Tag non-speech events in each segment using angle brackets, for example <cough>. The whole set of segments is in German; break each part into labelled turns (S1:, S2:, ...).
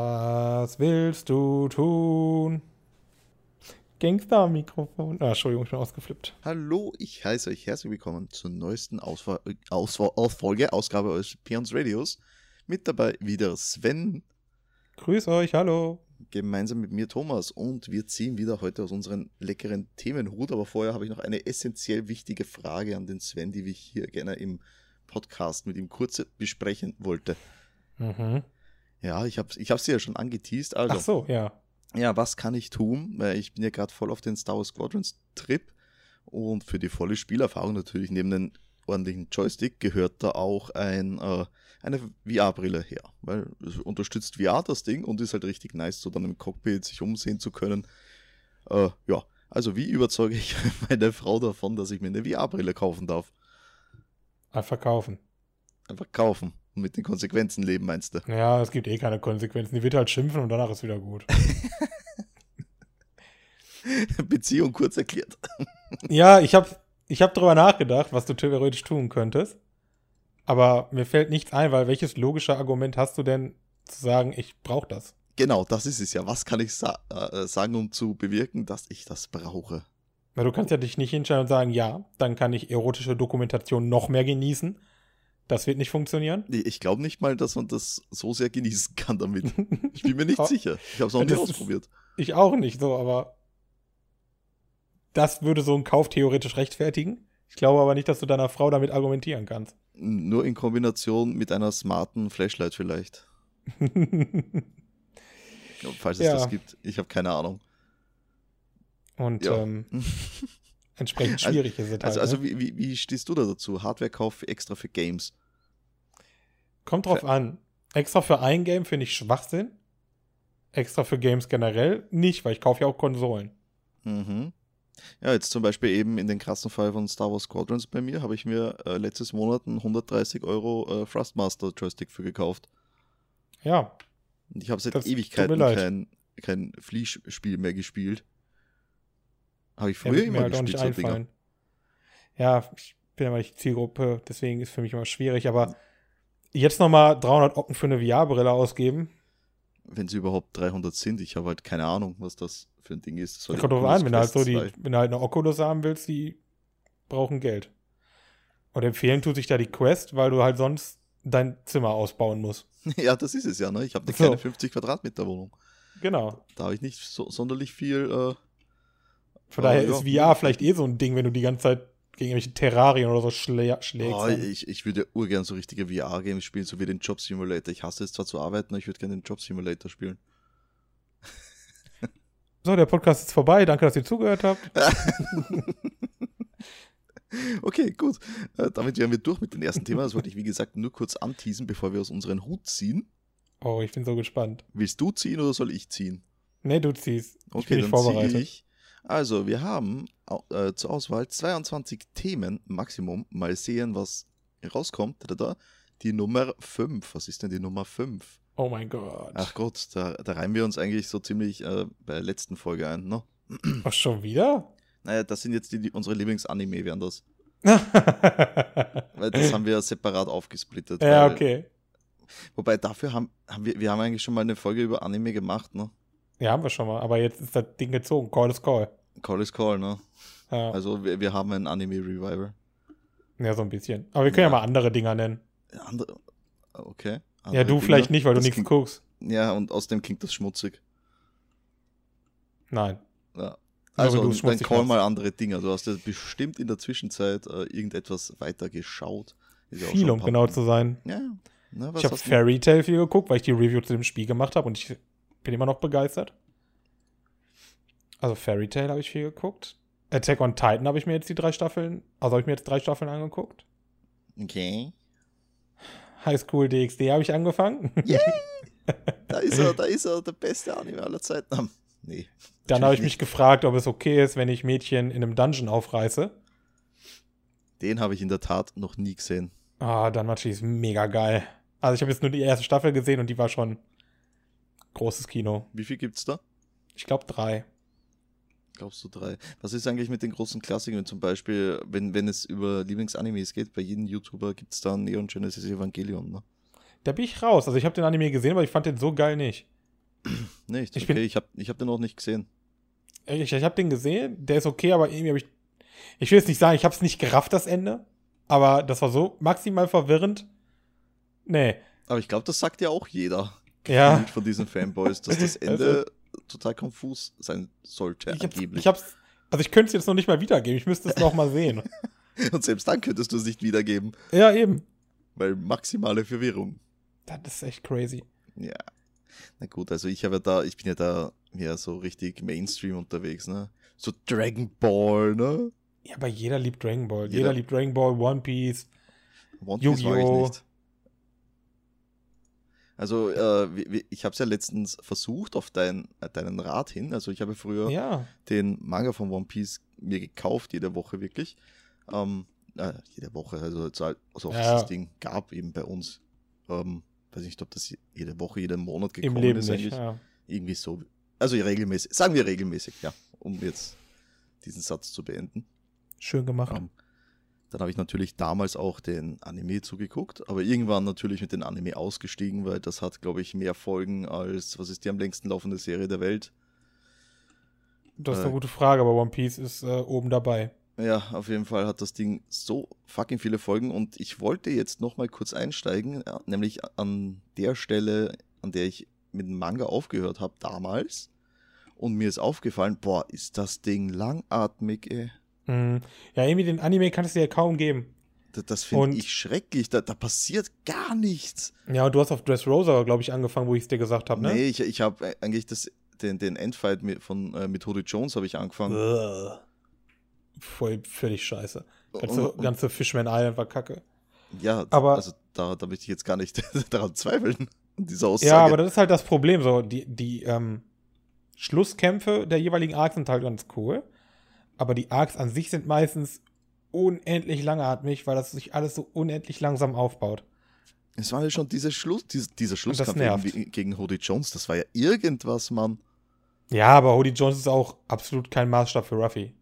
S1: Was willst du tun? Gangster-Mikrofon. Ah, Entschuldigung, ich bin ausgeflippt.
S2: Hallo, ich heiße euch herzlich willkommen zur neuesten äh, Auswa Auswa Ausfolge, Ausgabe eures Peons Radios. Mit dabei wieder Sven,
S1: Grüß euch, hallo.
S2: gemeinsam mit mir Thomas und wir ziehen wieder heute aus unseren leckeren Themenhut, aber vorher habe ich noch eine essentiell wichtige Frage an den Sven, die wir hier gerne im Podcast mit ihm kurz besprechen wollte.
S1: Mhm.
S2: Ja, ich habe ich hab's dir ja schon angeteased, also
S1: Ach so, ja.
S2: ja, was kann ich tun? Weil ich bin ja gerade voll auf den Star Wars Squadrons Trip und für die volle Spielerfahrung natürlich neben den ordentlichen Joystick gehört da auch ein, äh, eine VR-Brille her, weil es unterstützt VR das Ding und ist halt richtig nice, so dann im Cockpit sich umsehen zu können. Äh, ja, also wie überzeuge ich <laughs> meine Frau davon, dass ich mir eine VR-Brille kaufen darf?
S1: Einfach kaufen.
S2: Einfach kaufen und mit den Konsequenzen leben, meinst du? <laughs>
S1: Ja, es gibt eh keine Konsequenzen. Die wird halt schimpfen und danach ist wieder <laughs> gut.
S2: Beziehung kurz erklärt.
S1: ja, ich habe ich hab drüber nachgedacht, was du theoretisch tun könntest. Aber mir fällt nichts ein, weil welches logische Argument hast du denn zu sagen, ich brauche das?
S2: Genau, das ist es ja. Was kann ich sa äh, sagen, um zu bewirken, dass ich das brauche?
S1: Na, du kannst ja dich nicht hinstellen und sagen, ja, dann kann ich erotische Dokumentation noch mehr genießen. Das wird nicht funktionieren.
S2: Nee, Ich glaube nicht mal, dass man das so sehr genießen kann damit. Ich bin mir nicht
S1: Oh.
S2: sicher. Ich habe es
S1: <laughs>
S2: noch
S1: Ja,
S2: nie
S1: das ist-
S2: ausprobiert.
S1: Ich auch nicht so, aber das würde so einen Kauf theoretisch rechtfertigen. Ich glaube aber nicht, dass du deiner Frau damit argumentieren kannst. <laughs>
S2: Nur in Kombination mit einer smarten Flashlight vielleicht. Falls es
S1: Ja.
S2: das gibt. Ich habe keine Ahnung.
S1: Und
S2: Ja.
S1: ähm, entsprechend schwierig ist es halt.
S2: Also,
S1: ne?
S2: also wie, wie, wie stehst du da dazu? Hardwarekauf extra für Games.
S1: Kommt drauf an. Extra für ein Game finde ich Schwachsinn. Extra für Games generell nicht, weil ich kaufe ja auch Konsolen.
S2: Mhm. Ja, jetzt zum Beispiel eben in den krassen Fall von Star Wars Squadrons bei mir habe ich mir äh, letztes Monat einen 130 Euro äh, Thrustmaster Joystick für gekauft.
S1: Ja,
S2: Und ich habe seit
S1: Das tut mir
S2: Ewigkeiten
S1: leid.
S2: kein, kein Fließspiel mehr gespielt. Habe ich
S1: ja,
S2: früher
S1: wird halt
S2: immer gespielt, so Dinger.
S1: einfallen. Ja, ich bin aber nicht Zielgruppe, deswegen ist für mich immer schwierig, aber jetzt nochmal 300 Ocken für eine VR-Brille ausgeben,
S2: Wenn sie überhaupt 300 sind, ich habe halt keine Ahnung, was das für ein Ding ist. Das war
S1: das
S2: die
S1: kommt drauf
S2: Oculus
S1: an, wenn du halt
S2: Quest
S1: so die,
S2: 2.
S1: wenn du halt eine Oculus haben willst, die brauchen Geld. Und empfehlen tut sich da die Quest, weil du halt sonst dein Zimmer ausbauen musst.
S2: <laughs> Ja, das ist es ja, ne? Ich habe eine
S1: So.
S2: kleine 50 Quadratmeter Wohnung.
S1: Genau.
S2: Da habe ich nicht so, sonderlich viel. Äh,
S1: Von
S2: Oh,
S1: daher
S2: ja.
S1: ist VR vielleicht eh so ein Ding, wenn du die ganze Zeit gegen irgendwelche Terrarien oder so schlä schlägst.
S2: oh,
S1: dann-
S2: ich, ich würde ja urgern so richtige VR-Games spielen, so wie den Job Simulator. Ich hasse es zwar zu arbeiten, aber ich würde gerne den Job Simulator spielen. <laughs>
S1: so, der Podcast ist vorbei. Danke, dass ihr zugehört habt.
S2: Okay, gut. Äh, damit wären wir durch mit dem ersten Thema. Das wollte ich, wie gesagt, nur kurz anteasen, bevor wir aus unseren Hut ziehen.
S1: Oh, ich bin so gespannt.
S2: Willst du ziehen oder soll ich ziehen?
S1: Nee, du ziehst. ich bin
S2: Okay,
S1: nicht
S2: dann
S1: vorbereitet.
S2: ziehe ich. Also, wir haben au- äh, zur Auswahl 22 Themen Maximum. Mal sehen, was rauskommt. Da, da, da. Die Nummer 5. Was ist denn die Nummer 5?
S1: Oh mein Gott.
S2: Ach Gott, da, da reimen wir uns eigentlich so ziemlich äh, bei der letzten Folge ein, ne?
S1: Ach, schon wieder? <laughs>
S2: Naja, das sind jetzt die, die, unsere Lieblingsanime, wären das. Weil das haben wir separat aufgesplittet.
S1: ja,
S2: weil-
S1: okay.
S2: Wobei dafür haben, haben wir, wir haben eigentlich schon mal eine Folge über Anime gemacht, ne?
S1: Ja, haben wir schon mal. Aber jetzt ist das Ding gezogen. Call is Call.
S2: Call is Call, ne?
S1: Ja,
S2: Also wir, wir haben ein Anime-Revival.
S1: ja, so ein bisschen. Aber wir können ja,
S2: Ja.
S1: mal andere Dinger nennen.
S2: Andere, okay.
S1: ja,
S2: Andere
S1: du
S2: Dinge.
S1: vielleicht nicht, weil du
S2: Das
S1: nichts
S2: klingt-
S1: guckst.
S2: Ja, und außerdem klingt das schmutzig.
S1: Nein.
S2: Ja.
S1: Aber
S2: Also,
S1: du
S2: dann- dann
S1: schmutzig
S2: call
S1: machst.
S2: mal andere Dinger. Du hast ja bestimmt in der Zwischenzeit äh, irgendetwas weiter geschaut. Ist ja auch
S1: Viel,
S2: schon ein
S1: um
S2: paar-
S1: genau zu sein.
S2: Ja, ja. Na, was
S1: Ich habe
S2: hast du-
S1: Fairy Tail viel geguckt, weil ich die Review zu dem Spiel gemacht habe und ich bin immer noch begeistert. Also Fairy Tail habe ich viel geguckt. Attack on Titan habe ich mir jetzt die drei Staffeln, also habe ich mir jetzt drei Staffeln angeguckt.
S2: Okay.
S1: High School DxD habe ich angefangen. <laughs>
S2: Da ist er, da ist er, der beste Anime aller Zeiten. Nee.
S1: Dann habe ich
S2: natürlich
S1: mich gefragt, ob es okay ist, wenn ich Mädchen in einem Dungeon aufreiße.
S2: nicht. Den habe ich in der Tat noch nie gesehen.
S1: Ah, Danmachi ist mega geil. Also ich habe jetzt nur die erste Staffel gesehen und die war schon großes Kino.
S2: Wie viel gibt's da?
S1: Ich glaube drei.
S2: Glaubst du drei? Was ist eigentlich mit den großen Klassikern? Zum Beispiel, wenn, wenn es über Lieblingsanimes geht, bei jedem YouTuber gibt es da ein Neon Genesis Evangelion. Ne?
S1: Da bin ich raus. Also ich habe den Anime gesehen, aber ich fand den so geil nicht.
S2: Nicht?
S1: Ich
S2: okay,
S1: bin-
S2: ich habe ich hab den noch nicht gesehen.
S1: Ich, ich habe den gesehen, der ist okay, aber irgendwie habe ich. Ich will jetzt nicht sagen, ich habe es nicht gerafft, das Ende. Aber das war so maximal verwirrend. Nee.
S2: Aber ich glaube, das sagt ja auch jeder
S1: Ja. Also
S2: Bild von diesen Fanboys, dass das Ende total konfus sein sollte,
S1: Ich hab's,
S2: angeblich.
S1: ich hab's. Also ich könnte es jetzt noch nicht mal wiedergeben. Ich müsste es noch mal <laughs> sehen.
S2: Und selbst dann könntest du es nicht wiedergeben,
S1: Ja, eben.
S2: weil maximale Verwirrung.
S1: Das ist echt crazy.
S2: Ja. Na gut, also ich habe ja da, ich bin ja da mehr so richtig Mainstream unterwegs, ne? So Dragon Ball, ne?
S1: Ja, aber jeder liebt Dragon Ball. Jeder,
S2: Jeder.
S1: liebt Dragon Ball, One Piece.
S2: One Piece mag
S1: Yu-Gi-Oh!
S2: ich nicht. Also, äh, wie- wie- ich habe es ja letztens versucht auf dein, äh, deinen Rat hin. Also, ich habe früher
S1: Ja.
S2: den Manga von One Piece mir gekauft, jede Woche wirklich. Ähm, äh, jede Woche, also, so alt- so oft
S1: Ja.
S2: es das Ding gab eben bei uns. Ähm, weiß nicht, ob das je- jede Woche, jeden Monat
S1: Im
S2: gekommen
S1: Leben
S2: ist
S1: nicht.
S2: eigentlich.
S1: Ja.
S2: Irgendwie so. Also regelmäßig, sagen wir regelmäßig, ja, um jetzt diesen Satz zu beenden.
S1: Schön gemacht.
S2: Ähm, dann habe ich natürlich damals auch den Anime zugeguckt, aber irgendwann natürlich mit dem Anime ausgestiegen, weil das hat, glaube ich, mehr Folgen als, was ist die am längsten laufende Serie der Welt?
S1: das ist
S2: äh,
S1: eine gute Frage, aber One Piece ist äh, oben dabei.
S2: Ja, auf jeden Fall hat das Ding so fucking viele Folgen und ich wollte jetzt nochmal kurz einsteigen, äh, nämlich an der Stelle, an der ich mit dem Manga aufgehört habe damals und mir ist aufgefallen, boah, ist das Ding langatmig, ey.
S1: Mhm. Ja, irgendwie den Anime kannst du dir ja kaum geben.
S2: Das, das
S1: Und-
S2: finde ich schrecklich, da, da passiert gar nichts.
S1: Ja, und du hast auf Dressrosa, glaube ich, angefangen, wo ich es dir gesagt habe, ne?
S2: Nee, ich, ich habe eigentlich das, den, den Endfight mit, von äh, Methode Jones habe ich angefangen.
S1: Ugh. Voll völlig scheiße.
S2: Und-
S1: Ganze,
S2: und-
S1: ganze Fishman Island war kacke.
S2: ja,
S1: aber-
S2: also da, da möchte ich jetzt gar nicht <laughs> daran zweifeln, an dieser Aussage.
S1: Ja, aber das ist halt das Problem. So, die, die ähm, Schlusskämpfe der jeweiligen Arcs sind halt ganz cool. Aber die Arcs an sich sind meistens unendlich langatmig, weil das sich alles so unendlich langsam aufbaut.
S2: es war ja schon diese Schluss, diese, dieser Schlusskampf
S1: nervt.
S2: irgendwie gegen Hody Jones, das war ja irgendwas, Mann.
S1: Ja, aber Hody Jones ist auch absolut kein Maßstab für Ruffy.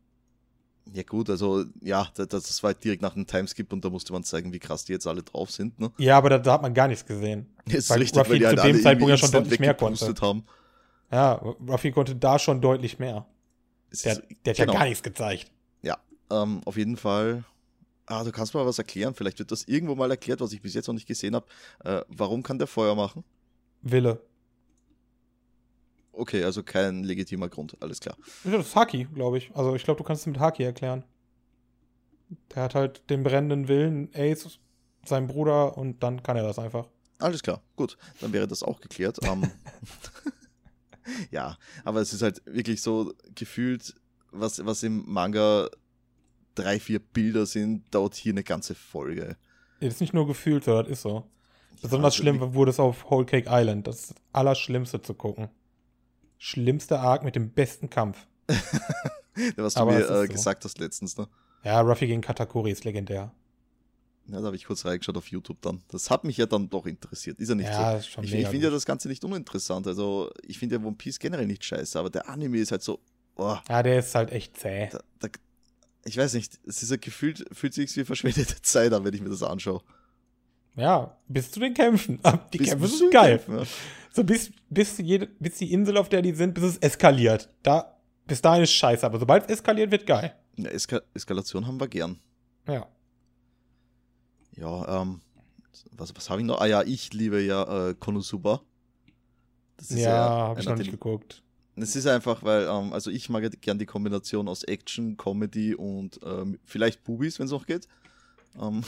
S2: Ja gut, also ja, das, das war direkt nach dem Timeskip und da musste man zeigen, wie krass die jetzt alle drauf sind. Ne? <laughs>
S1: Ja, aber da, da hat man gar nichts gesehen.
S2: Ist
S1: Weil Ruffy zu dem
S2: halt irgendwie
S1: Zeitpunkt ja schon
S2: instant
S1: deutlich mehr konnte.
S2: weggepustet haben.
S1: Ja, Ruffy konnte da schon deutlich mehr.
S2: Es
S1: Der,
S2: ist-
S1: der hat
S2: genau.
S1: ja gar nichts gezeigt.
S2: Ähm, auf jeden Fall. Ah, du kannst mal was erklären. Vielleicht wird das irgendwo mal erklärt, was ich bis jetzt noch nicht gesehen habe. Äh, warum kann der Feuer machen?
S1: Wille.
S2: Okay, also kein legitimer Grund. Alles klar.
S1: Ja, Das ist Haki, glaube ich. Also ich glaube, du kannst es mit Haki erklären. Der hat halt den brennenden Willen, Ace, sein Bruder und dann kann er das einfach.
S2: Alles klar. Gut, dann wäre das auch geklärt.
S1: <laughs>
S2: Ähm, ja, aber es ist halt wirklich so gefühlt, was, was im Manga drei, vier Bilder sind, dauert hier eine ganze Folge.
S1: Das ist nicht nur gefühlt, sondern das ist so. Besonders
S2: also
S1: schlimm wurde es auf Whole Cake Island. Das ist das Allerschlimmste zu gucken. Schlimmster Arc mit dem besten Kampf.
S2: wie- Was du
S1: aber
S2: mir
S1: es ist
S2: äh,
S1: so.
S2: gesagt hast letztens, ne?
S1: Ja, Ruffy gegen Katakuri ist legendär.
S2: Ja, da habe ich kurz reingeschaut auf YouTube dann. Das hat mich ja dann doch interessiert. Ist ja nicht so.
S1: ja, ist schon
S2: Ich, ich
S1: mega.
S2: finde ja
S1: gut.
S2: das Ganze nicht uninteressant. Also, ich finde ja One Piece generell nicht scheiße, aber der Anime ist halt so. Oh,
S1: ja, der ist halt echt zäh.
S2: da, da, ich weiß nicht, es ist ja gefühlt, fühlt sich wie verschwendete <laughs> Zeit an, wenn ich mir das anschaue.
S1: Ja, bis zu den Kämpfen. <laughs> Die
S2: Bis-
S1: Kämpfe
S2: bis
S1: sind
S2: zu
S1: geil.
S2: Kämpfen, ja.
S1: So bis, bis, jede, bis die Insel, auf der die sind, bis es eskaliert. Da, bis dahin ist scheiße, aber sobald es eskaliert, wird geil.
S2: ne? Ja, Eska Eskalation haben wir gern.
S1: Ja.
S2: Ja, ähm, was, was habe ich noch? Ah ja, ich liebe ja äh, Konosuba. Das
S1: ja, habe ich
S2: einer
S1: noch nicht
S2: der-
S1: geguckt.
S2: Es ist einfach, weil, ähm, also ich mag ja gern die Kombination aus Action, Comedy und ähm, vielleicht Bubis, wenn es noch geht. Ähm,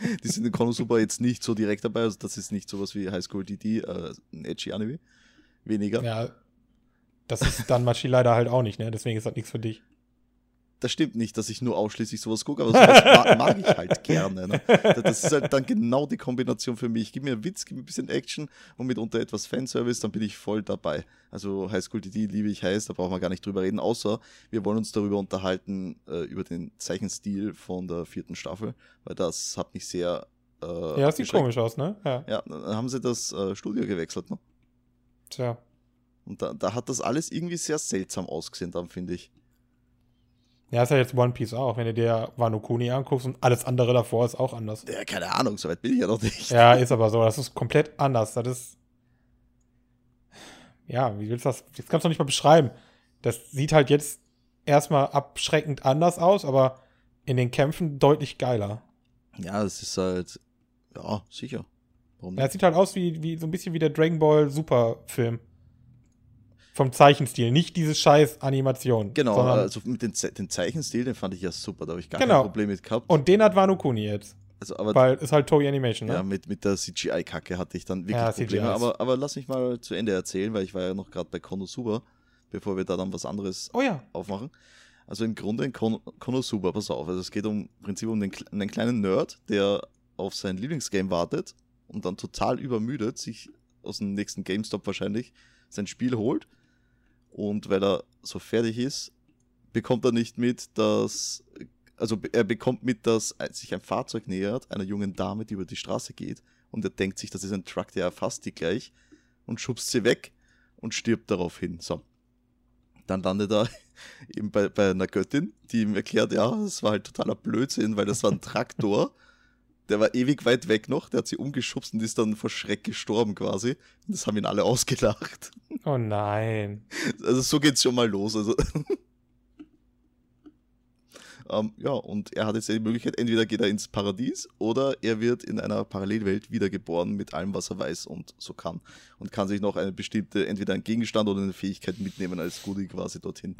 S2: <laughs> die sind in Konosuba jetzt nicht so direkt dabei, also das ist nicht sowas wie High School DD, äh, ein edgy Anime. Weniger.
S1: Ja. Das ist dann Machi leider halt auch nicht, ne? Deswegen ist das nichts für dich.
S2: Das stimmt nicht, dass ich nur ausschließlich sowas gucke, aber sowas ma mag ich halt gerne. Ne? Das ist halt dann genau die Kombination für mich. Gib mir Witz, gib mir ein bisschen Action und mitunter etwas Fanservice, dann bin ich voll dabei. Also High School DD liebe ich heiß, da brauchen wir gar nicht drüber reden, außer wir wollen uns darüber unterhalten, äh, über den Zeichenstil von der vierten Staffel, weil das hat mich sehr. Äh,
S1: ja, das sieht
S2: abgeschreckt.
S1: komisch aus, ne? Ja.
S2: Ja, dann haben sie das äh, Studio gewechselt, ne?
S1: Tja.
S2: Und da, da hat das alles irgendwie sehr seltsam ausgesehen, dann finde ich.
S1: Ja, ist ja jetzt One Piece auch. Wenn du dir Wano Kuni anguckst und alles andere davor ist auch anders.
S2: Ja, keine Ahnung, soweit bin ich ja noch nicht.
S1: Ja, ist aber so. Das ist komplett anders. Das ist. ja, wie willst du das? Jetzt kannst du nicht mal beschreiben. Das sieht halt jetzt erstmal abschreckend anders aus, aber in den Kämpfen deutlich geiler.
S2: Ja, das ist halt, ja, sicher. Warum
S1: Ja, es sieht halt aus wie, wie so ein bisschen wie der Dragon Ball Super Film. Vom Zeichenstil, nicht diese scheiß Animation.
S2: Genau,
S1: sondern-
S2: also mit den, Ze den Zeichenstil, den fand ich ja super, da habe ich gar
S1: Genau.
S2: kein Problem mit gehabt.
S1: und den hat Wano Kuni jetzt,
S2: also, aber
S1: weil ist halt Toei Animation, ne?
S2: ja, mit, mit der CGI-Kacke hatte ich dann wirklich
S1: Ja,
S2: Probleme.
S1: CGI ist-
S2: Aber, aber lass mich mal zu Ende erzählen, weil ich war ja noch gerade bei Konosuba, bevor wir da dann was anderes
S1: Oh ja.
S2: aufmachen. Also im Grunde in Kon Konosuba, pass auf. Also es geht um, im Prinzip um den, Kle- einen kleinen Nerd, der auf sein Lieblingsgame wartet und dann total übermüdet sich aus dem nächsten GameStop wahrscheinlich sein Spiel holt. Und weil er so fertig ist, bekommt er nicht mit, dass. Also er bekommt mit, dass sich ein Fahrzeug nähert, einer jungen Dame, die über die Straße geht. Und er denkt sich, das ist ein Truck, der erfasst die gleich und schubst sie weg und stirbt daraufhin. So. Dann landet er eben bei, bei einer Göttin, die ihm erklärt, ja, es war halt totaler Blödsinn, weil das war ein Traktor. <laughs> Der war ewig weit weg noch, der hat sie umgeschubst und ist dann vor Schreck gestorben quasi. Und das haben ihn alle ausgelacht.
S1: Oh nein.
S2: Also so geht's schon mal los. Also. ähm, ja, und er hat jetzt die Möglichkeit, entweder geht er ins Paradies oder er wird in einer Parallelwelt wiedergeboren mit allem, was er weiß und so kann. Und kann sich noch eine bestimmte, entweder einen Gegenstand oder eine Fähigkeit mitnehmen als Goodie quasi dorthin.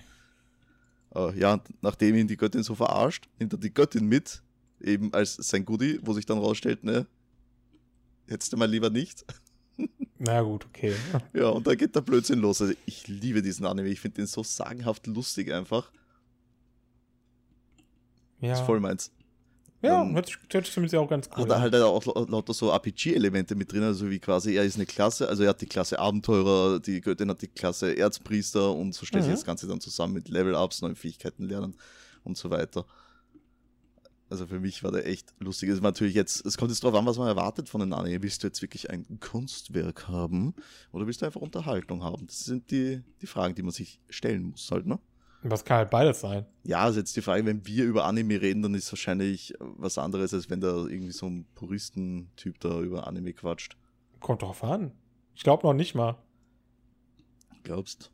S2: Äh, ja, und nachdem ihn die Göttin so verarscht, nimmt er die Göttin mit, eben als sein Goodie, wo sich dann rausstellt, ne, hättest du mal lieber nicht.
S1: Na gut, okay.
S2: Ja, und da geht der Blödsinn los. Also ich liebe diesen Anime. Ich finde den so sagenhaft lustig einfach.
S1: Ja,
S2: <laughs> Ist voll meins.
S1: ja
S2: ähm,
S1: hört sich hört sich zumindest auch ganz cool.
S2: Hat er
S1: an.
S2: halt auch lau- lauter so RPG-Elemente mit drin, also wie quasi, er ist eine Klasse, also er hat die Klasse Abenteurer, die Göttin hat die Klasse Erzpriester und so stellt sich
S1: Mhm.
S2: das Ganze dann zusammen mit Level-Ups, neuen Fähigkeiten lernen und so weiter. Also für mich war der echt lustig. Es ist natürlich jetzt, es kommt jetzt drauf an, was man erwartet von einem Anime. Willst du jetzt wirklich ein Kunstwerk haben oder willst du einfach Unterhaltung haben? Das sind die, die Fragen, die man sich stellen muss halt, ne?
S1: Das kann halt beides sein.
S2: Ja, also jetzt die Frage, wenn wir über Anime reden, dann ist wahrscheinlich äh, was anderes, als wenn da irgendwie so ein Puristentyp da über Anime quatscht.
S1: Kommt drauf an. Ich glaube noch nicht mal.
S2: Glaubst?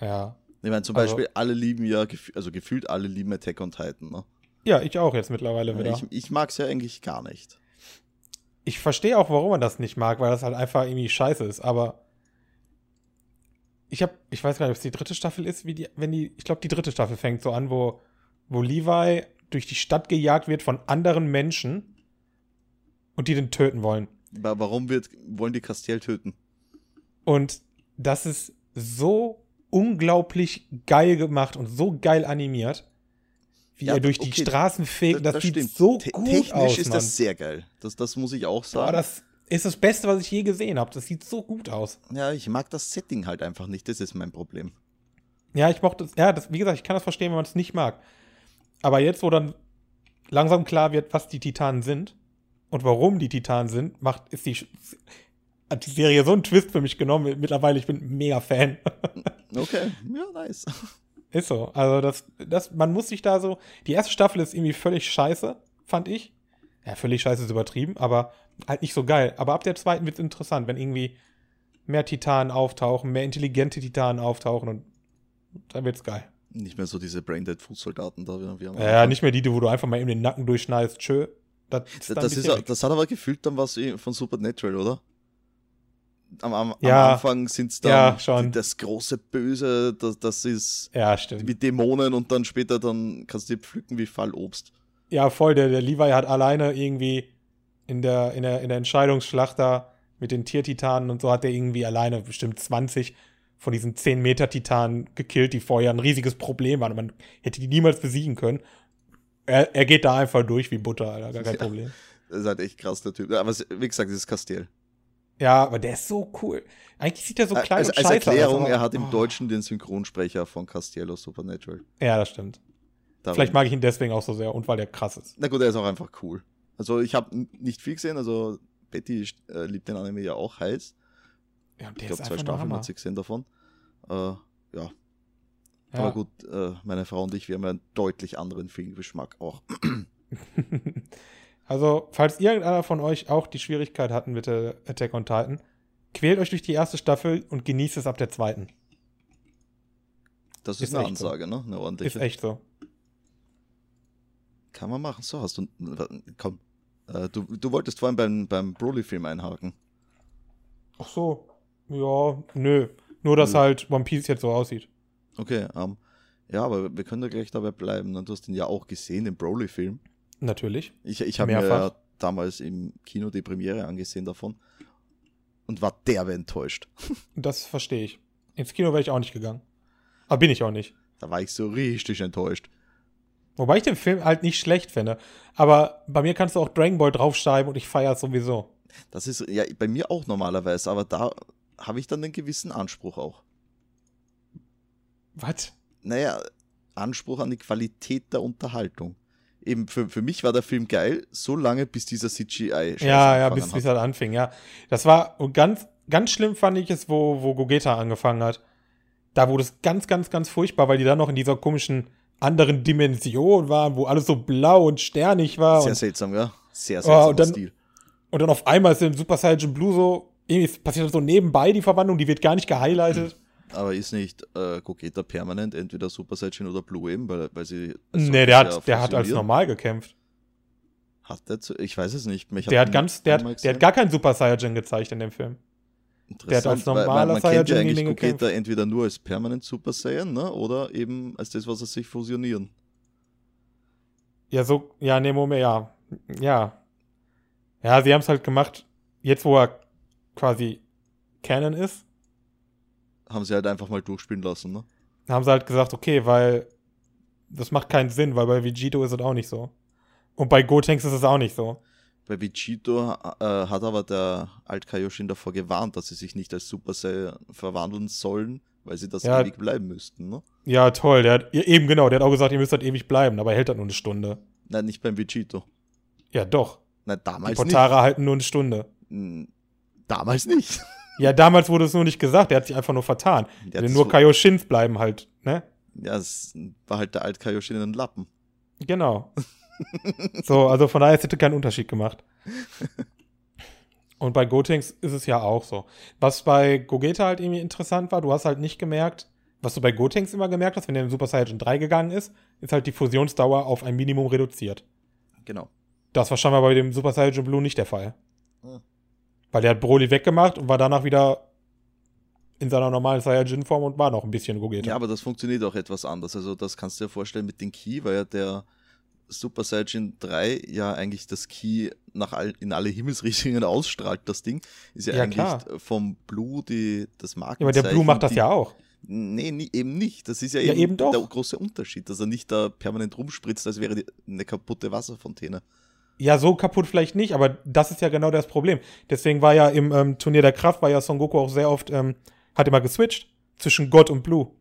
S1: Ja.
S2: Ich meine, zum
S1: Also-
S2: Beispiel, alle lieben ja, gef- also gefühlt alle lieben Attack on Titan, ne?
S1: Ja, ich auch jetzt mittlerweile wieder.
S2: Ich, ich mag's ja eigentlich gar nicht.
S1: ich verstehe auch, warum man das nicht mag, weil das halt einfach irgendwie scheiße ist, aber ich habe, ich weiß gar nicht, ob es die dritte Staffel ist, wie die, wenn die, ich glaube, die dritte Staffel fängt so an, wo, wo Levi durch die Stadt gejagt wird von anderen Menschen und die den töten wollen.
S2: Wa- Warum wird, wollen die Castiel töten?
S1: Und das ist so unglaublich geil gemacht und so geil animiert, wie
S2: Ja,
S1: er durch die
S2: okay,
S1: Straßen fegt. Das, sieht
S2: stimmt.
S1: so
S2: Te-
S1: gut
S2: Technisch
S1: aus.
S2: ist
S1: Mann.
S2: das sehr geil. Das, das muss ich auch sagen.
S1: Boah, das ist das Beste, was ich je gesehen habe. Das sieht so gut aus.
S2: ja, ich mag das Setting halt einfach nicht. Das ist mein Problem.
S1: Ja, ich mochte es. Ja, das, wie gesagt, ich kann das verstehen, wenn man es nicht mag. Aber jetzt, wo dann langsam klar wird, was die Titanen sind und warum die Titanen sind, macht ist die, hat die Serie so einen Twist für mich genommen. Mittlerweile, ich bin mega Fan.
S2: Okay, ja, <laughs> nice.
S1: Ist so. Also, das, das, man muss sich da so. Die erste Staffel ist irgendwie völlig scheiße, fand ich. Ja, völlig scheiße ist übertrieben, aber halt nicht so geil. Aber ab der zweiten wird es interessant, wenn irgendwie mehr Titanen auftauchen, mehr intelligente Titanen auftauchen und dann wird's geil.
S2: Nicht mehr so diese Braindead-Fußsoldaten da. Wir, wir haben
S1: Ja, ja, nicht mehr die, wo du einfach mal eben den Nacken durchschneidest. Tschö. Das ist, dann
S2: Das,
S1: die
S2: ist,
S1: Serie.
S2: das hat aber gefühlt dann was eh von Supernatural, oder? Am, am,
S1: Ja.
S2: am Anfang sind es dann
S1: Ja, schon.
S2: die- das große Böse, das, das ist
S1: ja, stimmt.
S2: mit Dämonen und dann später dann kannst du die pflücken wie Fallobst.
S1: Ja, voll. Der, der Levi hat alleine irgendwie in der, in der, in der Entscheidungsschlacht da mit den Tiertitanen und so hat er irgendwie alleine bestimmt 20 von diesen 10-Meter-Titanen gekillt, die vorher ein riesiges Problem waren. Man hätte die niemals besiegen können. Er, er geht da einfach durch wie Butter, Alter. Gar kein
S2: Ja.
S1: Problem.
S2: Das ist halt echt krass, der Typ. Aber es- wie gesagt, dieses Castell.
S1: Ja, aber der ist so cool. Eigentlich sieht er so klein
S2: Äh, als,
S1: und
S2: als
S1: scheiße aus,
S2: Erklärung,
S1: aber-
S2: er hat im
S1: Oh.
S2: Deutschen den Synchronsprecher von Castiel aus Supernatural.
S1: Ja, das stimmt.
S2: Darum-
S1: Vielleicht mag ich ihn deswegen auch so sehr und weil der krass ist.
S2: Na gut, er ist auch einfach cool. Also ich habe nicht viel gesehen, also Betty äh, liebt den Anime ja auch heiß.
S1: Ja, und der
S2: Ich
S1: ist
S2: glaube, zwei
S1: einfach nur
S2: Staffeln
S1: Hammer.
S2: hat sie gesehen davon. Äh, ja.
S1: Ja.
S2: aber gut, äh, meine Frau und ich, wir haben ja einen deutlich anderen Filmgeschmack auch.
S1: <laughs> also, falls irgendeiner von euch auch die Schwierigkeit hatten mit der Attack on Titan, Quält euch durch die erste Staffel und genießt es ab der zweiten.
S2: Das ist,
S1: Ist
S2: eine
S1: echt so.
S2: Ansage, ne? Eine
S1: Ist
S2: ordentliche.
S1: echt so.
S2: Kann man machen. So, hast du. Komm. Äh, du, du wolltest vorhin beim, beim Broly-Film einhaken.
S1: Ach so. Ja, nö. Nur, dass
S2: Nö.
S1: halt One Piece jetzt so aussieht.
S2: Okay, ähm, ja, aber wir können da gleich dabei bleiben. ne? Du hast ihn ja auch gesehen, den Broly-Film.
S1: Natürlich.
S2: Ich, ich habe mir
S1: Mehrfach.
S2: ja damals im Kino die Premiere angesehen davon und war derbe enttäuscht.
S1: Das verstehe ich. Ins Kino wäre ich auch nicht gegangen. Aber bin ich auch nicht.
S2: Da war ich so richtig enttäuscht.
S1: Wobei ich den Film halt nicht schlecht finde. Aber bei mir kannst du auch Dragon Ball draufschreiben und ich feiere es sowieso.
S2: Das ist ja bei mir auch normalerweise, aber da habe ich dann einen gewissen Anspruch auch.
S1: Was?
S2: Naja, Anspruch an die Qualität der Unterhaltung. Eben für, für mich war der Film geil, so lange bis dieser CGI
S1: Ja, ja, bis es
S2: hat.
S1: halt anfing, ja. Das war und ganz, ganz schlimm fand ich es, wo, wo Gogeta angefangen hat. Da wurde es ganz, ganz, ganz furchtbar, weil die dann noch in dieser komischen anderen Dimension waren, wo alles so blau und sternig war.
S2: Sehr
S1: Und,
S2: seltsam, ja. Sehr
S1: Oh,
S2: seltsamer
S1: und dann-
S2: Stil.
S1: und dann auf einmal ist in Super Saiyan Blue so, irgendwie es passiert so nebenbei die Verwandlung, die wird gar nicht
S2: Hm.
S1: gehighlightet.
S2: Aber ist nicht äh, Gogeta permanent entweder Super Saiyan oder Blue eben, weil, weil sie. als
S1: nee, der hat,
S2: solches ja
S1: der hat als
S2: fusionieren.
S1: normal gekämpft.
S2: Hat der zu, ich weiß es nicht. Ich
S1: Der hat ganz, der hat, der hat gar keinen Super Saiyan gezeigt in dem Film. der hat als normaler
S2: Man kennt ja
S1: Saiyajin nie
S2: eigentlich
S1: gekämpft.
S2: Gogeta entweder nur als permanent Super Saiyan, ne? Oder eben als das, was er sich fusionieren.
S1: Ja, so, ja, nee, Moment, ja. Ja. Ja, sie haben es halt gemacht, jetzt wo er quasi Canon ist,
S2: Haben sie halt einfach mal durchspielen lassen, ne?
S1: haben sie halt gesagt, okay, weil das macht keinen Sinn, weil bei Vegito ist es auch nicht so. Und bei Gotenks ist es auch nicht so.
S2: Bei Vegito äh, hat aber der Alt Kaioshin davor gewarnt, dass sie sich nicht als Super Saiyan verwandeln sollen, weil sie das
S1: Ja.
S2: ewig bleiben müssten, ne?
S1: Ja, toll, der hat, ja, eben genau, der hat auch gesagt, ihr müsst halt ewig bleiben, aber er hält halt nur eine Stunde.
S2: Nein, nicht beim Vegito.
S1: Ja, doch.
S2: Nein,
S1: Die
S2: damals
S1: Potara halten nur eine Stunde.
S2: nicht. Hm, Damals nicht. <laughs>
S1: Ja, damals wurde es nur nicht gesagt, der hat sich einfach nur vertan.
S2: Der hat
S1: Denn
S2: das
S1: nur
S2: so-
S1: Kaioshins bleiben halt, ne?
S2: Ja, es war halt der Alt Kaioshin in den Lappen.
S1: Genau. so, also von daher es hätte keinen Unterschied gemacht. Und bei Gotenks ist es ja auch so. Was bei Gogeta halt irgendwie interessant war, du hast halt nicht gemerkt, was du bei Gotenks immer gemerkt hast, wenn er in Super Saiyan 3 gegangen ist, ist halt die Fusionsdauer auf ein Minimum reduziert.
S2: Genau.
S1: Das war scheinbar bei dem Super Saiyan Blue nicht der Fall.
S2: Hm.
S1: Weil der hat Broly weggemacht und war danach wieder in seiner normalen Saiyajin-Form und war noch ein bisschen Gogeta.
S2: Ja, aber das funktioniert auch etwas anders. Also das kannst du dir vorstellen mit dem Ki, weil ja der Super Saiyan 3 ja eigentlich das Ki nach all, in alle Himmelsrichtungen <laughs> ausstrahlt. Das Ding ist ja,
S1: Ja,
S2: eigentlich
S1: klar.
S2: vom Blue die, das
S1: ja, aber
S2: Markenzeichen.
S1: der Blue macht das
S2: die,
S1: ja auch.
S2: Nee, nie, eben nicht. Das ist ja,
S1: Ja,
S2: eben,
S1: eben doch.
S2: der große Unterschied, dass er nicht da permanent rumspritzt, als wäre die, eine kaputte Wasserfontäne.
S1: Ja, so kaputt vielleicht nicht, aber das ist ja genau das Problem. Deswegen war ja im ähm, Turnier der Kraft, war ja Son Goku auch sehr oft, ähm, hat immer geswitcht zwischen Gott und Blue.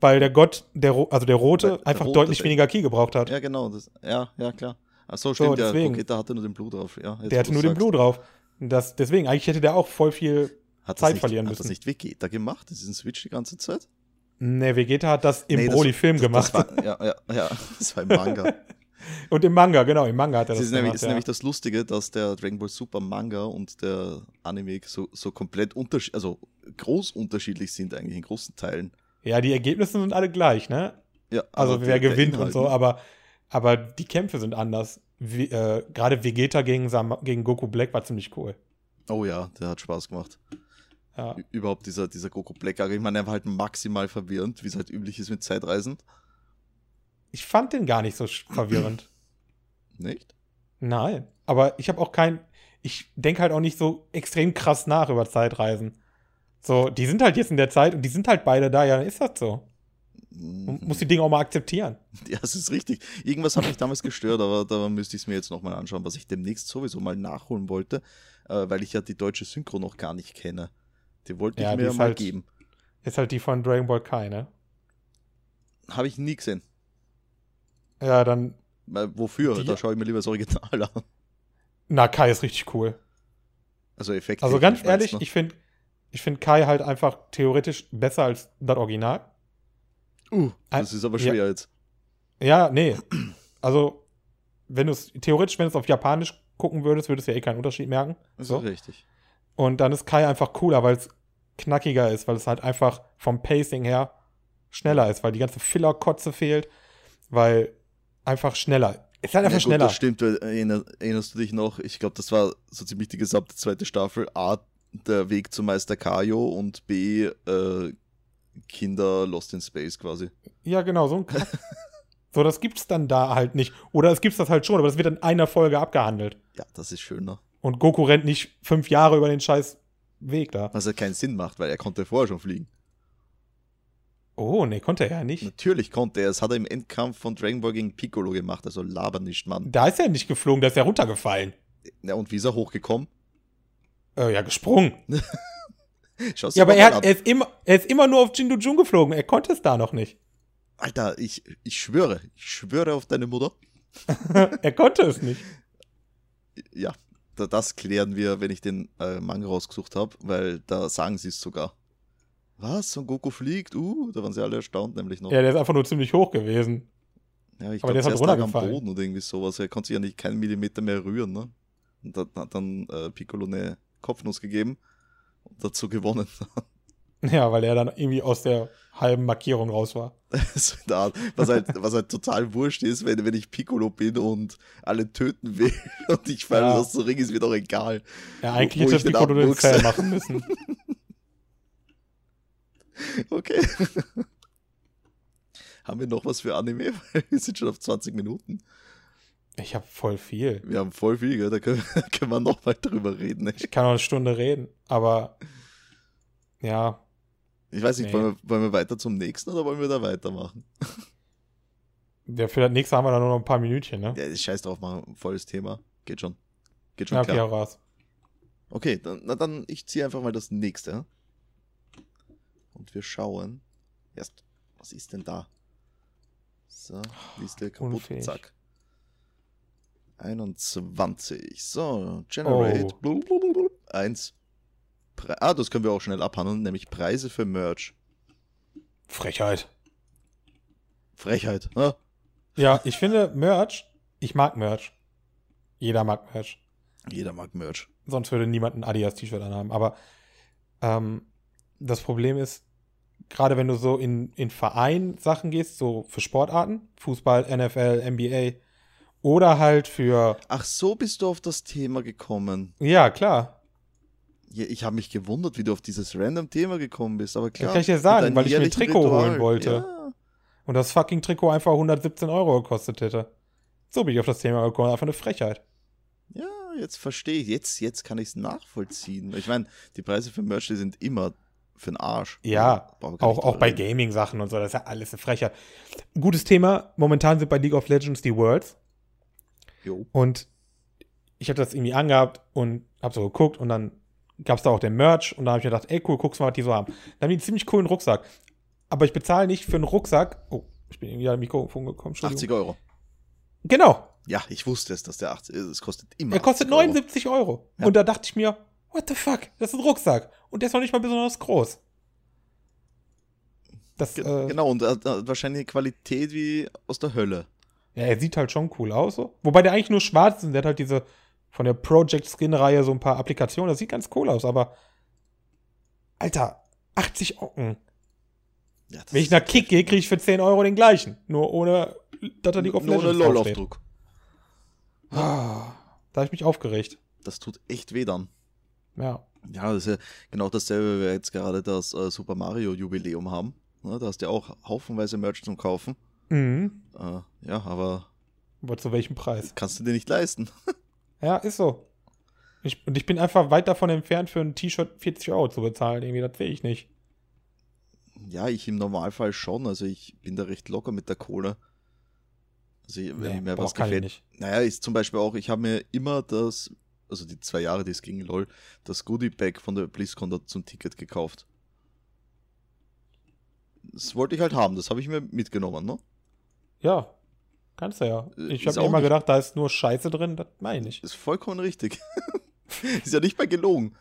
S1: Weil der Gott, der, Ro- also der Rote,
S2: Weil der
S1: einfach
S2: Rote
S1: deutlich
S2: weg-
S1: weniger Ki gebraucht hat.
S2: Ja, genau. Das, ja, ja, klar. Achso,
S1: So,
S2: stimmt, ja,
S1: deswegen.
S2: Gogeta hatte nur den Blue drauf. Ja, jetzt,
S1: der hatte
S2: wo
S1: nur
S2: du
S1: den Blue
S2: sagst.
S1: drauf. Das, deswegen, eigentlich hätte der auch voll viel.
S2: Hat das
S1: Zeit
S2: nicht,
S1: verlieren
S2: Hat das
S1: müssen.
S2: nicht Vegeta gemacht? Das ist ein Switch die ganze Zeit?
S1: Ne, Vegeta hat das im
S2: Nee, das-
S1: Broly-Film
S2: Das-
S1: gemacht.
S2: Das war, ja, ja, ja, das war im Manga.
S1: <laughs> und im Manga, genau, im Manga hat er
S2: das
S1: das,
S2: ist,
S1: gemacht.
S2: nämlich, ist
S1: ja.
S2: nämlich das Lustige, dass der Dragon Ball Super Manga und der Anime so, so komplett unterschiedlich, also groß unterschiedlich sind eigentlich in großen Teilen.
S1: ja, die Ergebnisse sind alle gleich, ne?
S2: Ja,
S1: Also
S2: aber
S1: wer
S2: der- der
S1: gewinnt und
S2: Inhalt,
S1: so,
S2: ne?
S1: aber, aber die Kämpfe sind anders. Wie, äh, Gerade Vegeta gegen, Sam gegen Goku Black war ziemlich cool.
S2: Oh ja, der hat Spaß gemacht.
S1: Ja.
S2: Ü- Überhaupt dieser, dieser Goku Black, Arc, ich meine, er war halt maximal verwirrend, wie es halt üblich ist mit Zeitreisen.
S1: Ich fand den gar nicht so sch- verwirrend.
S2: Nicht?
S1: Nein. Aber ich habe auch kein. Ich denke halt auch nicht so extrem krass nach über Zeitreisen. So, die sind halt jetzt in der Zeit und die sind halt beide da, ja, dann ist das so.
S2: Hm.
S1: Man
S2: Mhm.
S1: muss die Dinge auch mal akzeptieren.
S2: <laughs> Ja, es ist richtig. Irgendwas hat mich damals gestört, aber da müsste ich es mir jetzt nochmal anschauen, was ich demnächst sowieso mal nachholen wollte, äh, weil ich ja die deutsche Synchro noch gar nicht kenne. Die wollte
S1: Ja,
S2: ich
S1: die
S2: mir ja
S1: ist
S2: mal
S1: halt-
S2: geben.
S1: Ist halt die von Dragon Ball Kai, ne?
S2: Habe ich nie gesehen.
S1: Ja, dann.
S2: Weil Wofür?
S1: Die-
S2: Da schaue ich mir lieber das Original <laughs> an.
S1: Na, Kai ist richtig cool.
S2: Also Effekte.
S1: Also ganz ehrlich,
S2: ne?
S1: ich finde ich find Kai halt einfach theoretisch besser als das Original.
S2: Uh, das ist aber schwer
S1: Ja.
S2: jetzt.
S1: Ja, nee. Also, wenn du es theoretisch, wenn du es auf Japanisch gucken würdest, würdest du ja eh keinen Unterschied merken.
S2: Das
S1: So.
S2: ist richtig.
S1: Und dann ist Kai einfach cooler, weil es knackiger ist, weil es halt einfach vom Pacing her schneller ist, weil die ganze Filler-Kotze fehlt, weil einfach schneller. Es ist halt
S2: Ja,
S1: einfach
S2: gut,
S1: schneller.
S2: Das stimmt, weil, äh, erinner- erinnerst du dich noch? Ich glaube, das war so ziemlich die gesamte zweite Staffel. A, der Weg zum Meister Kajo und B, äh, Kinder Lost in Space quasi.
S1: Ja, genau, so ein Kack. <laughs> So, das gibt's dann da halt nicht. Oder es gibt's das halt schon, aber das wird in einer Folge abgehandelt.
S2: Ja, das ist ne? schöner.
S1: Und Goku rennt nicht fünf Jahre über den scheiß Weg da.
S2: Was ja keinen Sinn macht, weil er konnte vorher schon fliegen.
S1: Oh, nee, konnte er ja nicht.
S2: Natürlich konnte er. Das hat er im Endkampf von Dragon Ball gegen Piccolo gemacht. Also laber nicht, Mann.
S1: Da ist er nicht geflogen, da ist er runtergefallen.
S2: Ja, und wie ist er hochgekommen?
S1: Äh, ja, gesprungen.
S2: Schau's dir
S1: Ja, aber
S2: mal
S1: er,
S2: an.
S1: hat, er, ist immer, er ist immer nur auf Jindujun geflogen. Er konnte es da noch nicht.
S2: Alter, ich, ich schwöre. Ich schwöre auf deine Mutter.
S1: Er konnte es nicht.
S2: Ja, da- das klären wir, wenn ich den äh, Manga rausgesucht habe, weil da sagen sie es sogar. Was? Son Goku fliegt? Uh, da waren sie alle erstaunt, nämlich noch.
S1: Ja, der ist einfach nur ziemlich hoch gewesen. <laughs>
S2: Ja, ich
S1: aber der ist
S2: glaub,
S1: halt
S2: zuerst lag er am
S1: runtergefallen.
S2: Boden oder irgendwie sowas. Er konnte sich ja nicht keinen Millimeter mehr rühren, ne? Und dann hat dann äh, Piccolo eine Kopfnuss gegeben und dazu gewonnen.
S1: Ja, weil er dann irgendwie aus der halben Markierung raus war.
S2: so in der Art. Was halt, was halt total wurscht ist, wenn, wenn ich Piccolo bin und alle töten will <laughs> und ich falle
S1: Ja.
S2: aus dem Ring, ist mir doch egal.
S1: Ja, eigentlich
S2: Wo
S1: hätte
S2: ich den
S1: Piccolo den
S2: abwuchse.
S1: Zell machen müssen.
S2: Okay. <laughs> Haben wir noch was für Anime? <laughs> Weil Wir sind schon auf 20 Minuten.
S1: Ich habe voll viel.
S2: Wir haben voll viel, gell? da können, <laughs> da können wir nochmal drüber reden. Ey.
S1: Ich kann noch eine Stunde reden, aber ja,
S2: Ich weiß nicht,
S1: Nee.
S2: wollen, wir, wollen wir weiter zum nächsten oder wollen wir da weitermachen?
S1: ja, für das nächste haben wir dann nur noch ein paar Minütchen, ne?
S2: Ja, ist scheiß drauf, machen volles Thema. Geht schon. Geht schon
S1: Ja, okay,
S2: klar.
S1: hau raus.
S2: Okay, dann, na dann, ich ziehe einfach mal das nächste. ja? Und wir schauen. Erst, was ist denn da? So, Liste kaputt,
S1: Unfähig.
S2: zack. 21. So, Generate.
S1: Oh.
S2: Blub, blub, blub, blub. Eins. Pre ah, das können wir auch schnell abhandeln, nämlich Preise für Merch.
S1: Frechheit.
S2: Frechheit, ne?
S1: Ja, ich finde Merch, ich mag Merch. Jeder mag Merch.
S2: Jeder mag Merch.
S1: Sonst würde niemand ein Adidas-T-Shirt anhaben. Aber ähm, das Problem ist, gerade wenn du so in, in Verein-Sachen gehst, so für Sportarten, Fußball, NFL, NBA oder halt für,
S2: Ach, so bist du auf das Thema gekommen.
S1: ja, klar,
S2: Ja, Ich habe mich gewundert, wie du auf dieses random Thema gekommen bist, aber klar.
S1: kann ich dir
S2: mit
S1: sagen,
S2: deinem
S1: weil ich mir ein
S2: jährlichen
S1: Trikot holen wollte.
S2: Ja.
S1: Und das fucking Trikot einfach 117 Euro gekostet hätte. So bin ich auf das Thema gekommen. Einfach eine Frechheit.
S2: Ja, jetzt verstehe ich. Jetzt, jetzt kann ich es nachvollziehen. Ich meine, die Preise für Merch die sind immer für den Arsch.
S1: Ja,
S2: Brauchen wir gar
S1: Auch,
S2: nicht
S1: auch
S2: drüber
S1: bei
S2: reden.
S1: Gaming-Sachen und so. Das ist ja alles eine Frechheit. Gutes Thema. Momentan sind bei League of Legends die Worlds.
S2: Jo.
S1: Und ich habe das irgendwie angehabt und habe so geguckt. Und dann gab es da auch den Merch. Und da habe ich mir gedacht, ey, cool, guck's mal, was die so haben. Dann haben die einen ziemlich coolen Rucksack. Aber ich bezahle nicht für einen Rucksack. Oh, ich bin irgendwie an den Mikrofon gekommen. Entschuldigung.
S2: 80 Euro.
S1: Genau.
S2: Ja, ich wusste es, dass der 80 ist. Es kostet immer.
S1: Er kostet
S2: 80 Euro.
S1: 79 Euro.
S2: Ja.
S1: Und da dachte ich mir, what the fuck? Das ist ein Rucksack. Und der ist noch nicht mal besonders groß. Das,
S2: Ge-
S1: äh,
S2: Genau, und hat, hat wahrscheinlich eine Qualität wie aus der Hölle.
S1: ja, er sieht halt schon cool aus. So. Wobei der eigentlich nur schwarz ist und der hat halt diese von der Project Skin-Reihe so ein paar Applikationen. Das sieht ganz cool aus, aber Alter, 80 Ocken.
S2: Ja, das
S1: Wenn ich nach Kick gehe, kriege ich für 10 Euro den gleichen. Nur ohne, dass er League of
S2: Nur
S1: Legends
S2: ohne
S1: draufsteht.
S2: LOL-Aufdruck.
S1: Ah, Da habe ich mich aufgeregt.
S2: Das tut echt weh dann.
S1: Ja.
S2: Ja, das ist ja genau dasselbe, wie wir jetzt gerade das äh, Super Mario-Jubiläum haben. Ne, da hast du ja auch haufenweise Merch zum Kaufen.
S1: Mhm.
S2: Äh, ja, aber
S1: Aber zu welchem Preis?
S2: kannst du dir nicht leisten.
S1: Ja, ist so. Ich, und ich bin einfach weit davon entfernt, für ein T-Shirt 40 Euro zu bezahlen. Irgendwie, das sehe ich nicht.
S2: Ja, ich im Normalfall schon. Also ich bin da recht locker mit der Kohle. Also ich, wenn
S1: Nee,
S2: mir
S1: boah,
S2: was
S1: kann ich
S2: gefällt.
S1: nicht.
S2: Naja, ist zum Beispiel auch, ich habe mir immer das, also die zwei Jahre, die es ging, lol, das Goodie-Bag von der BlizzCon da zum Ticket gekauft. Das wollte ich halt haben, das habe ich mir mitgenommen, ne?
S1: Ja, kannst du ja.
S2: Äh,
S1: Ich
S2: ist
S1: habe mir
S2: auch
S1: immer
S2: nicht-
S1: gedacht, da ist nur Scheiße drin. Das meine ich nicht.
S2: Ist vollkommen richtig. <laughs> ist ja nicht mal gelogen.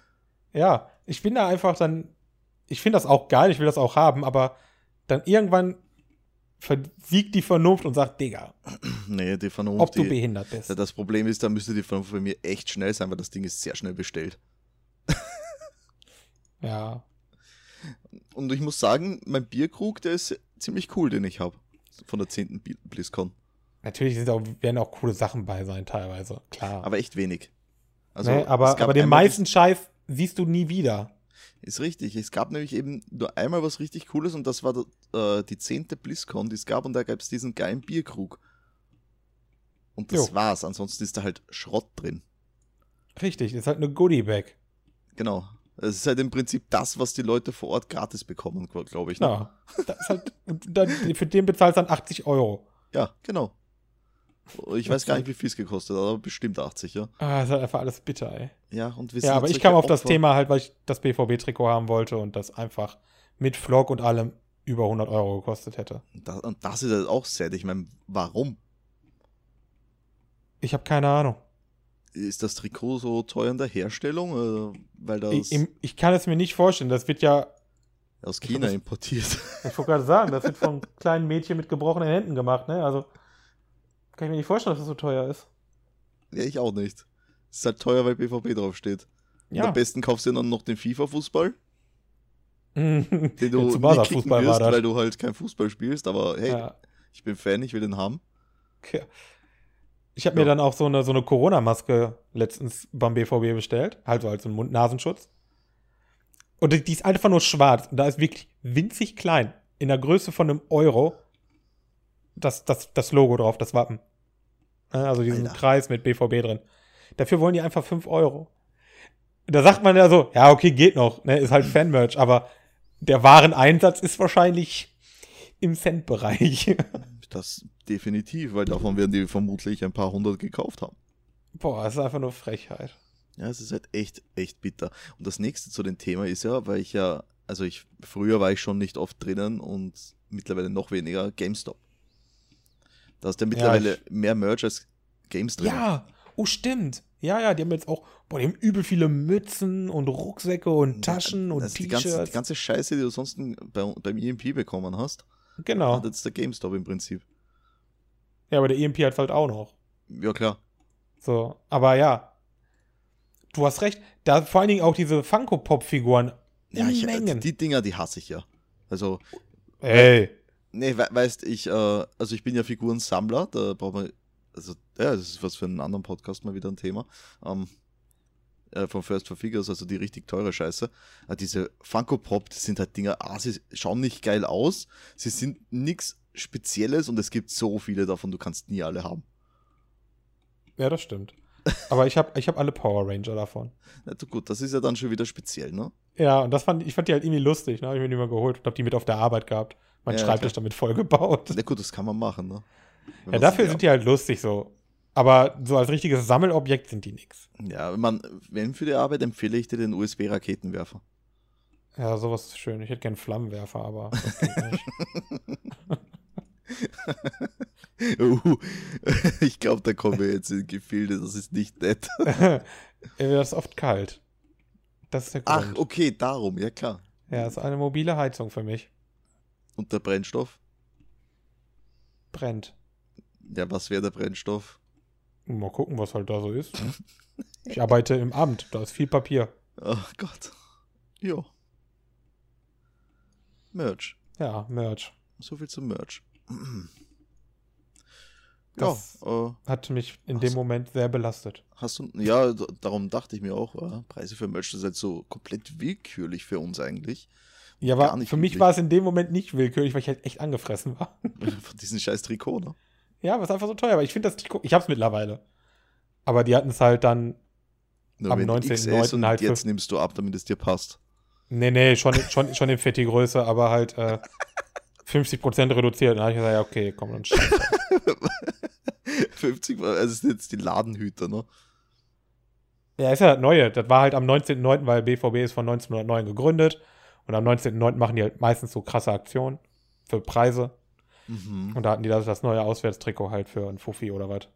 S1: Ja, ich bin da einfach dann. Ich finde das auch geil, ich will das auch haben, aber dann irgendwann versiegt die Vernunft und sagt, Digga,
S2: Nee, die Vernunft,
S1: ob du
S2: die,
S1: behindert bist.
S2: das Problem ist, da müsste die Vernunft bei mir echt schnell sein, weil das Ding ist sehr schnell bestellt.
S1: Ja.
S2: Und ich muss sagen, mein Bierkrug, der ist ziemlich cool, den ich habe. Von der 10. Bi- BlizzCon.
S1: Natürlich sind auch, werden auch coole Sachen bei sein, teilweise. Klar.
S2: Aber echt wenig. Also,
S1: nee,
S2: es
S1: aber,
S2: gab
S1: aber den
S2: einmal-
S1: meisten Scheiß siehst du nie wieder.
S2: Ist richtig. Es gab nämlich eben nur einmal was richtig Cooles und das war da- äh, die zehnte BlizzCon, die es gab und da gab es diesen geilen Bierkrug. Und das
S1: Jo.
S2: war's. Ansonsten ist da halt Schrott drin.
S1: Richtig, ist halt eine Goodie-Bag.
S2: Genau. Es ist halt im Prinzip das, was die Leute vor Ort gratis bekommen, glaube ich. Ne?
S1: Ja. Das ist halt, <laughs> und dann, für den bezahlst du dann 80 Euro.
S2: Ja, genau. Ich weiß gar nicht, wie viel es gekostet hat, aber bestimmt 80, ja.
S1: Ah, ist halt einfach alles bitter, ey.
S2: Ja, und wir sind
S1: Ja, aber
S2: halt
S1: ich kam
S2: solche
S1: auf das
S2: Opfer.
S1: Thema halt, weil ich das BVB-Trikot haben wollte und das einfach mit Vlog und allem über 100 Euro gekostet hätte.
S2: Und das, und das ist halt auch sad. Ich meine, warum
S1: Ich habe keine Ahnung.
S2: ist das Trikot so teuer in der Herstellung? Äh, Weil das
S1: Ich, im- ich kann es mir nicht vorstellen. Das wird ja,
S2: aus China importiert. <laughs>
S1: ich wollte gerade sagen, das wird von kleinen Mädchen mit gebrochenen Händen gemacht, ne? Also kann ich mir nicht vorstellen, dass das so teuer ist.
S2: ja, ich auch nicht. Ist halt teuer, weil BVB draufsteht. Ja. Und
S1: Ja.
S2: am besten kaufst du dann noch den FIFA-Fußball,
S1: <laughs>
S2: den du
S1: Ja, zu
S2: nie kicken
S1: Basar-Fußball war
S2: wirst,
S1: das.
S2: weil du halt kein Fußball spielst. Aber hey,
S1: ja.
S2: ich bin Fan, ich will den haben.
S1: <laughs> Okay. Ich habe
S2: Ja.
S1: mir dann auch so eine, so eine Corona-Maske letztens beim BVB bestellt. Halt so als so ein Mund-Nasenschutz. Und die die ist einfach nur schwarz. Und da ist wirklich winzig klein. In der Größe von einem Euro das, das, das Logo drauf, das Wappen. Ja, Also diesen
S2: Alter.
S1: Kreis mit BVB drin. Dafür wollen die einfach 5 Euro. Da sagt man ja so, ja, okay, geht noch. Ne? Ist halt Fan-Merch. Aber der Wareneinsatz ist wahrscheinlich im Cent-Bereich. <laughs>
S2: Das definitiv, weil davon werden die vermutlich ein paar hundert gekauft haben.
S1: Boah, das ist einfach nur Frechheit.
S2: Ja, es ist halt echt, echt bitter. Und das nächste zu dem Thema ist ja, weil ich ja, also ich, früher war ich schon nicht oft drinnen und mittlerweile noch weniger GameStop. Da ist ja mittlerweile mehr Merch als Games drin.
S1: Ja, oh stimmt. Ja, ja, die haben jetzt auch, boah, die haben übel viele Mützen und Rucksäcke und Taschen und
S2: Also die ganze, die
S1: T-Shirts.
S2: ganze Scheiße, die du sonst bei, beim EMP bekommen hast,
S1: Genau.
S2: hat jetzt der GameStop im Prinzip.
S1: Ja, aber der EMP hat halt auch noch.
S2: Ja, klar.
S1: So, aber ja. Du hast recht. Da vor allen Dingen auch diese Funko-Pop-Figuren.
S2: Ja,
S1: in
S2: ich, also
S1: Mengen.
S2: die Dinger, die hasse ich ja. Also,
S1: Ey.
S2: Nee, we weißt, ich, äh, also ich bin ja Figurensammler, da braucht man, also, ja, das ist was für einen anderen Podcast mal wieder ein Thema. Ähm, äh, von First for Figures, also die richtig teure Scheiße. Äh, diese Funko Pop, das sind halt Dinger, ah, sie schauen nicht geil aus, sie sind nix Spezielles und es gibt so viele davon, du kannst nie alle haben.
S1: Ja, das stimmt. Aber ich habe ich hab alle Power Ranger davon.
S2: Na du, gut, das ist ja dann schon wieder speziell, ne?
S1: Ja, und das fand ich fand die halt irgendwie lustig, ne? Hab Ich mir die mal geholt und hab die mit auf der Arbeit gehabt. Mein
S2: Ja,
S1: Schreibtisch damit vollgebaut.
S2: Na gut, das kann man machen, ne? Wenn
S1: Ja,
S2: man
S1: dafür
S2: sie-
S1: sind die halt lustig so. Aber so als richtiges Sammelobjekt sind die nix.
S2: Ja, wenn man, wenn für die Arbeit empfehle ich dir den USB-Raketenwerfer.
S1: Ja, sowas ist schön. Ich hätte gern Flammenwerfer, aber
S2: <laughs>
S1: das geht nicht.
S2: Uh, <laughs> ich glaube, da kommen wir jetzt in Gefilde, das ist nicht nett.
S1: <laughs> Ja, das ist oft kalt. Das ist der Grund.
S2: Ach, oh. okay, darum, ja klar.
S1: Ja, das ist eine mobile Heizung für mich.
S2: Und der Brennstoff?
S1: Brennt.
S2: Ja, was wäre der Brennstoff?
S1: Mal gucken, was halt da so ist.
S2: <laughs>
S1: Ich arbeite im Amt, da ist viel Papier.
S2: Ach Oh Gott. Ja. Merch.
S1: Ja, Merch.
S2: So viel zum Merch. <clears throat> Ja,
S1: Das-
S2: äh,
S1: Hat mich in
S2: Ach
S1: dem
S2: so.
S1: Moment sehr belastet.
S2: hast du. Ja, d- darum dachte ich mir auch, äh, Preise für Merch das ist halt so komplett willkürlich für uns eigentlich. <laughs>
S1: Ja,
S2: Gar
S1: aber
S2: nicht
S1: für mich
S2: üblich.
S1: war es in dem Moment nicht willkürlich, weil ich halt echt angefressen war. <laughs>
S2: Von diesem scheiß Trikot, ne?
S1: Ja, aber es ist einfach so teuer, weil ich finde das Trikot, ich hab's mittlerweile. Aber die hatten es halt dann,
S2: Nur
S1: Am
S2: mit
S1: 19.09.
S2: XS und
S1: halt
S2: jetzt
S1: fünf-
S2: nimmst du ab, damit es dir passt.
S1: nee, nee, schon, schon, schon in fette Größe, aber halt äh, 50% reduziert. Und dann habe ich gesagt, ja, okay, komm, dann
S2: 50, Mal- also es sind jetzt die Ladenhüter, ne?
S1: Ja, ist ja das Neue. Das war halt am 19.09., weil BVB ist von 1909 gegründet. Und am 19.09. machen die halt meistens so krasse Aktionen für Preise.
S2: Mhm.
S1: Und da hatten die das, das neue Auswärtstrikot halt für einen Fuffi oder was. Und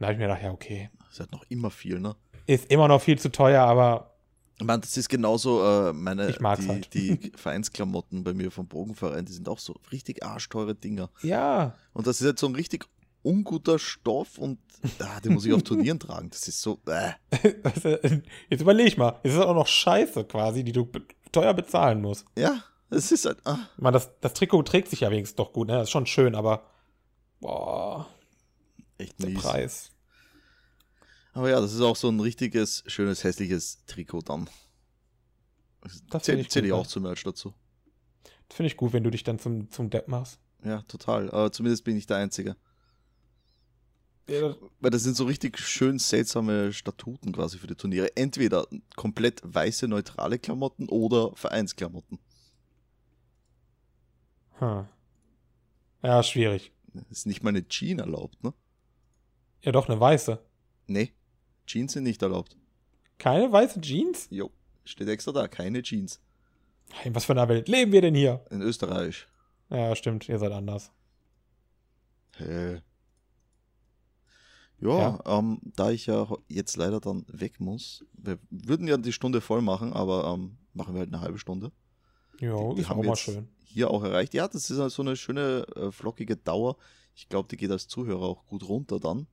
S1: da habe ich mir gedacht, ja, okay.
S2: Das hat noch immer viel, ne?
S1: Ist immer noch viel zu teuer, aber
S2: Ich meine, das ist genauso, äh, meine,
S1: Ich mag's
S2: die,
S1: halt.
S2: die Vereinsklamotten bei mir vom Bogenverein, die sind auch so richtig arschteure Dinger.
S1: ja. <laughs>
S2: Und das ist jetzt so ein richtig unguter Stoff und ah, den muss
S1: <laughs>
S2: ich auf Turnieren tragen. Das ist so, äh.
S1: Jetzt überleg mal. Jetzt ist das auch noch scheiße quasi, die du teuer bezahlen muss.
S2: Ja, es ist halt. Ah,
S1: Ich meine, das, das Trikot trägt sich ja wenigstens doch gut, ne? Das ist schon schön, aber boah,
S2: echt
S1: der
S2: mies.
S1: Preis.
S2: Aber ja, das ist auch so ein richtiges, schönes, hässliches Trikot dann.
S1: Das
S2: Zähl-
S1: finde ich
S2: Zähle ich
S1: gut,
S2: auch
S1: ja.
S2: zum Merch dazu.
S1: Das finde ich gut, wenn du dich dann zum, zum Depp machst.
S2: Ja, total. Aber zumindest bin ich der Einzige.
S1: Ja, das-
S2: Weil das sind so richtig schön seltsame Statuten quasi für die Turniere. Entweder komplett weiße, neutrale Klamotten oder Vereinsklamotten.
S1: Hm. Ja, schwierig.
S2: Ist nicht mal eine Jeans erlaubt, ne?
S1: Ja, doch, eine weiße.
S2: Nee, Jeans sind nicht erlaubt.
S1: Keine weiße Jeans?
S2: Jo, steht extra da, keine Jeans.
S1: In was für einer Welt leben wir denn hier?
S2: In Österreich.
S1: Ja, stimmt, ihr seid anders.
S2: Hä?
S1: Ja.
S2: Ja, Ähm, da ich ja ho- jetzt leider dann weg muss, wir würden ja die Stunde voll machen, aber ähm, machen wir halt eine halbe Stunde.
S1: Jo,
S2: die
S1: ist
S2: haben
S1: auch mal
S2: jetzt-
S1: schön.
S2: Hier auch erreicht. Ja, das ist halt so eine schöne, äh, flockige Dauer. Ich glaube, die geht als Zuhörer auch gut runter dann.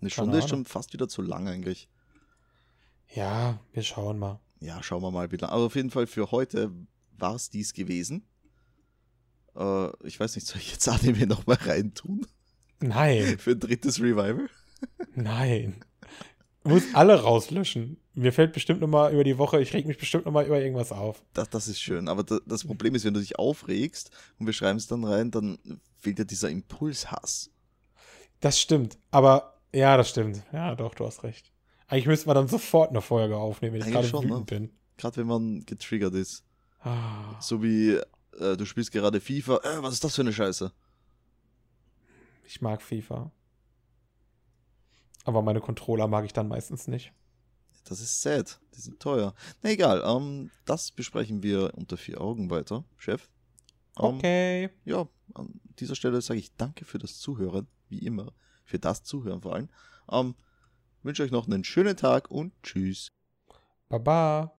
S2: Eine Stunde ist
S1: Ahnung.
S2: schon fast wieder zu lang eigentlich.
S1: Ja, wir schauen mal.
S2: Ja, schauen wir mal wieder. Aber auf jeden Fall für heute war es dies gewesen. Äh, ich weiß nicht, soll ich jetzt Anime nochmal reintun?
S1: Nein, <laughs>
S2: <laughs> Für ein drittes Revival?
S1: nein. Muss alle rauslöschen. Mir fällt bestimmt nochmal über die Woche, ich reg mich bestimmt nochmal über irgendwas auf.
S2: Das, das ist schön. Aber da, das Problem ist, wenn du dich aufregst und wir schreiben es dann rein, dann fehlt ja dieser Impulshass.
S1: Das stimmt. Aber ja, das stimmt. Ja, doch, du hast recht. Eigentlich müssten wir dann sofort eine Folge aufnehmen, wenn ich gerade
S2: Eigentlich schon, ne?
S1: wütend bin.
S2: Gerade wenn man getriggert ist.
S1: Ah,
S2: So wie äh, du spielst gerade FIFA. Äh, was ist das für eine Scheiße?
S1: ich mag FIFA. Aber meine Controller mag ich dann meistens nicht.
S2: Das ist sad. Die sind teuer. Na egal. Ähm, das besprechen wir unter vier Augen weiter, Chef. Ähm,
S1: Okay.
S2: ja, an dieser Stelle sage ich danke für das Zuhören, wie immer, für das Zuhören vor allem. Ähm, wünsche euch noch einen schönen Tag und tschüss.
S1: Baba.